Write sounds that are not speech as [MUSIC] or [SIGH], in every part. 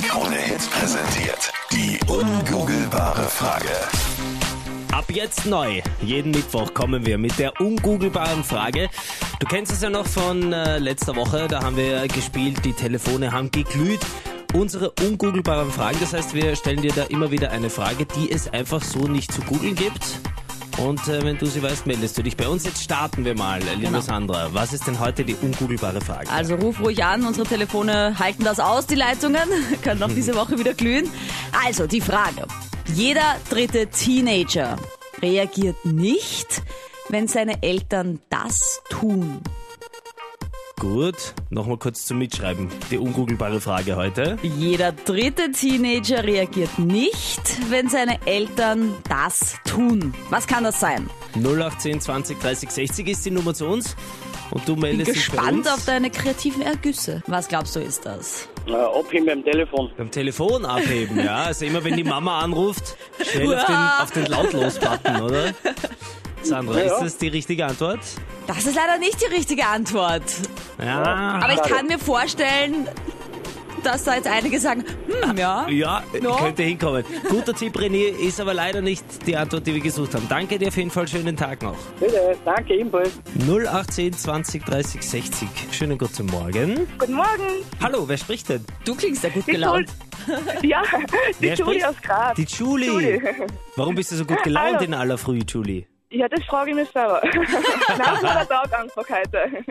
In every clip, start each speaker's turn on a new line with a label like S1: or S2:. S1: Hit präsentiert die ungoogelbare Frage.
S2: Ab jetzt neu. Jeden Mittwoch kommen wir mit der ungoogelbaren Frage. Du kennst es ja noch von äh, letzter Woche, da haben wir gespielt, die Telefone haben geglüht. Unsere ungoogelbaren Fragen, das heißt, wir stellen dir da immer wieder eine Frage, die es einfach so nicht zu googeln gibt. Und äh, wenn du sie weißt, meldest du dich bei uns. Jetzt starten wir mal, liebe
S3: Genau.
S2: Sandra. Was ist denn heute die ungoogelbare Frage?
S3: Also ruf ruhig an, unsere Telefone halten das aus, die Leitungen [LAUGHS] können auch diese Woche wieder glühen. Also die Frage, jeder dritte Teenager reagiert nicht, wenn seine Eltern das tun.
S2: Gut, nochmal kurz zum Mitschreiben. Die ungoogelbare Frage heute.
S3: Jeder dritte Teenager reagiert nicht, wenn seine Eltern das tun. Was kann das sein?
S2: 0810 20 30 60 ist die Nummer zu uns. Und du meldest dich bei
S3: Gespannt
S2: uns.
S3: auf deine kreativen Ergüsse. Was glaubst du ist das?
S4: Äh, Abheben beim Telefon.
S2: Beim Telefon abheben, ja. Also immer wenn die Mama anruft, schnell auf den,
S3: Uah.
S2: auf den Lautlos-Button, oder? Sandra,
S4: Ja, ja.
S2: ist das die richtige Antwort?
S3: Das ist leider nicht die richtige Antwort.
S2: Ja.
S3: Aber ich kann mir vorstellen, dass da jetzt einige sagen, hm, ja.
S2: ja,
S3: Ja.
S2: könnte hinkommen. Guter Tipp, René, ist aber leider nicht die Antwort, die wir gesucht haben. Danke dir auf jeden Fall, schönen Tag noch.
S4: Bitte, danke ebenfalls.
S2: 0810 20 30 60. Schönen guten Morgen.
S5: Guten Morgen.
S2: Hallo, wer spricht denn?
S3: Du klingst ja gut [LAUGHS]
S5: Die
S3: gelaunt.
S5: Jul- ja, die
S2: wer
S5: Julie
S2: spricht?
S5: aus Graz.
S2: Die Julie.
S5: Julie.
S2: Warum bist du so gut gelaunt
S5: Hallo.
S2: in aller Früh, Julie?
S5: Ja, das frage ich mich selber. [LAUGHS] Nach meiner Taganfrage heute.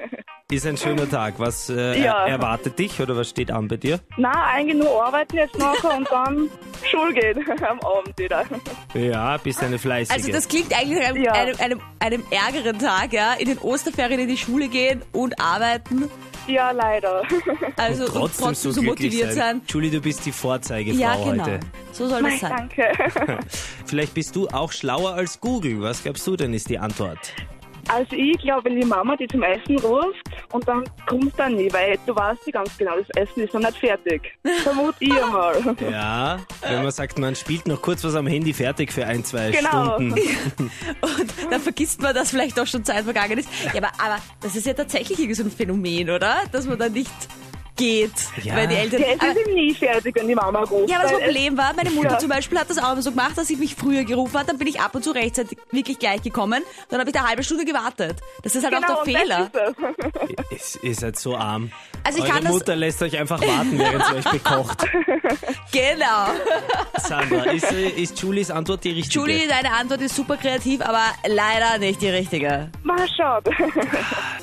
S2: Ist ein schöner Tag. Was äh,
S5: Ja.
S2: er erwartet dich oder was steht an bei dir?
S5: Na, eigentlich nur arbeiten jetzt nachher und dann Schule gehen [LAUGHS] am Abend wieder.
S2: Ja, bist eine fleißige.
S3: Also das klingt eigentlich nach einem,
S5: Ja.
S3: einem, einem, einem ärgeren Tag, ja. In den Osterferien in die Schule gehen und arbeiten.
S5: Ja, leider.
S3: Also und trotzdem, so
S2: glücklich
S3: motiviert sein.
S2: Julie, du bist die Vorzeigefrau
S3: Ja, genau.
S2: heute.
S3: So soll
S5: [LAUGHS] Nein,
S3: das sein.
S5: danke.
S2: Vielleicht bist du auch schlauer als Google. Was glaubst du denn ist die Antwort?
S5: Also ich glaube, wenn die Mama die zum Essen ruft und dann kommt dann nie, weil du weißt ja ganz genau, das Essen ist noch nicht fertig. Vermut ich einmal.
S2: Ja, wenn man sagt, man spielt noch kurz was am Handy fertig für ein, zwei
S5: [LAUGHS] Genau.
S2: Stunden.
S3: Und dann vergisst man, dass vielleicht auch schon Zeit vergangen ist. Ja, aber, aber das ist ja tatsächlich irgendwie so ein Phänomen, oder? Dass man da nicht geht,
S2: Ja.
S3: weil die Eltern...
S5: Ja, es
S3: Aber-
S5: ist eben nie fertig, wenn die Mama ruft.
S3: Ja, aber das
S5: weil es-
S3: Problem war, meine Mutter
S5: Ja.
S3: zum Beispiel hat das auch immer so gemacht, dass sie mich früher gerufen hat, dann bin ich ab und zu rechtzeitig wirklich gleich gekommen, dann habe ich eine halbe Stunde gewartet. Das ist halt
S5: Genau,
S3: auch der Fehler.
S5: und das ist es.
S2: Ist, ist halt so arm.
S3: Also ich
S2: Eure
S3: kann das-
S2: Mutter lässt euch einfach warten, während sie euch bekocht. [LAUGHS]
S3: Genau.
S2: Sandra, ist, äh, ist Julies Antwort die richtige?
S3: Julie, deine Antwort ist super kreativ, aber leider nicht die richtige.
S5: Mal schade.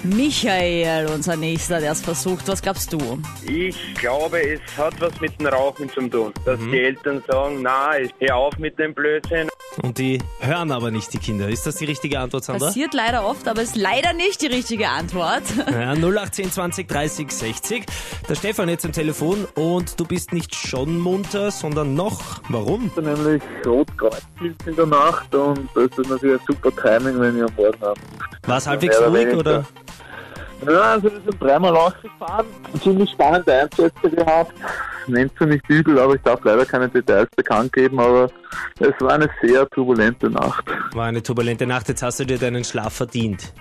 S3: Michael, unser nächster, der es versucht. Was glaubst du?
S6: Ich glaube, es hat was mit dem Rauchen zu tun. Dass die Eltern sagen, na, ich hör auf mit dem Blödsinn.
S2: Und die hören aber nicht die Kinder. Ist das die richtige Antwort, Sandra?
S3: Passiert leider oft, aber ist leider nicht die richtige Antwort. [LAUGHS]
S2: Ja, 0810 20 30 60. Der Stefan jetzt am Telefon und du bist nicht schon munter, sondern noch. Warum?
S7: hatte nämlich Rotkreuzdienst in der Nacht und das ist natürlich ein super Timing, wenn ich am Morgen anrufe.
S2: War es halbwegs
S7: Mehr oder
S2: ruhig
S7: weniger.
S2: oder?
S7: Ja, also wir sind dreimal rausgefahren, ziemlich spannende Einsätze gehabt. Nehmt sie nicht übel, aber ich darf leider keine Details bekannt geben, aber es war eine sehr turbulente Nacht. [LAUGHS]
S2: War eine turbulente Nacht, jetzt hast du dir deinen Schlaf verdient.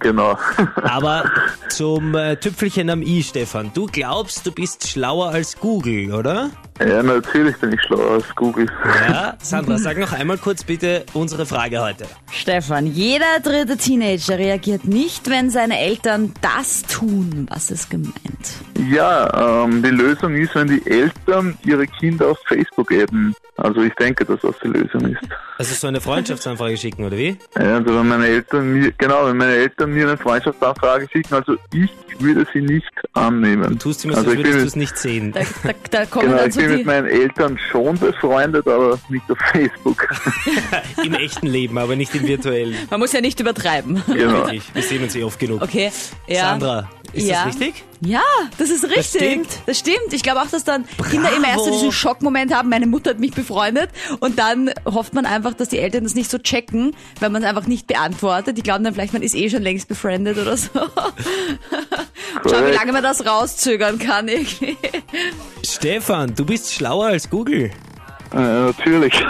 S7: genau.
S2: Aber zum äh, Tüpfelchen am i, Stefan. Du glaubst, du bist schlauer als Google, oder?
S7: [LAUGHS] ja, natürlich bin ich schlauer als Google.
S2: Ja. Sandra, sag noch einmal kurz bitte unsere Frage heute.
S3: Stefan, jeder dritte Teenager reagiert nicht, wenn seine Eltern das tun, was es gemeint.
S7: Ja, ähm, die Lösung ist, wenn die Eltern ihre Kinder auf Facebook adden. Also ich denke, dass das die Lösung ist.
S2: Also so eine Freundschaftsanfrage schicken, oder wie?
S7: Ja, Also wenn meine Eltern mir, genau, wenn meine Eltern mir eine Freundschaftsanfrage schicken, also ich würde sie nicht annehmen.
S2: Du tust immer so,
S7: also
S2: als
S7: ich bin,
S2: würdest du es
S7: mit,
S2: nicht sehen.
S3: Da, da, da kommen
S7: genau,
S3: dann
S7: ich
S3: so
S7: bin mit
S3: Also die...
S7: meinen Eltern schon befreundet, aber nicht auf
S2: [LAUGHS]
S7: Facebook.
S2: Im echten Leben, aber nicht im virtuellen.
S3: Man muss ja nicht übertreiben.
S7: genau.
S2: Wirklich, wir sehen uns eh oft genug.
S3: Okay, ja.
S2: Sandra, ist
S3: Ja.
S2: das richtig?
S3: Ja, das ist richtig.
S2: stimmt.
S3: Das stimmt. Ich glaube auch, dass dann Kinder immer erst so diesen Schockmoment haben, meine Mutter hat mich befreundet und dann hofft man einfach, dass die Eltern das nicht so checken, wenn man es einfach nicht beantwortet. Die glauben dann vielleicht, man ist eh schon längst befreundet oder so. [LAUGHS] Schau, wie
S7: Korrekt.
S3: lange man das rauszögern kann [LAUGHS] irgendwie.
S2: Stefan, du bist schlauer als Google.
S7: Äh, natürlich.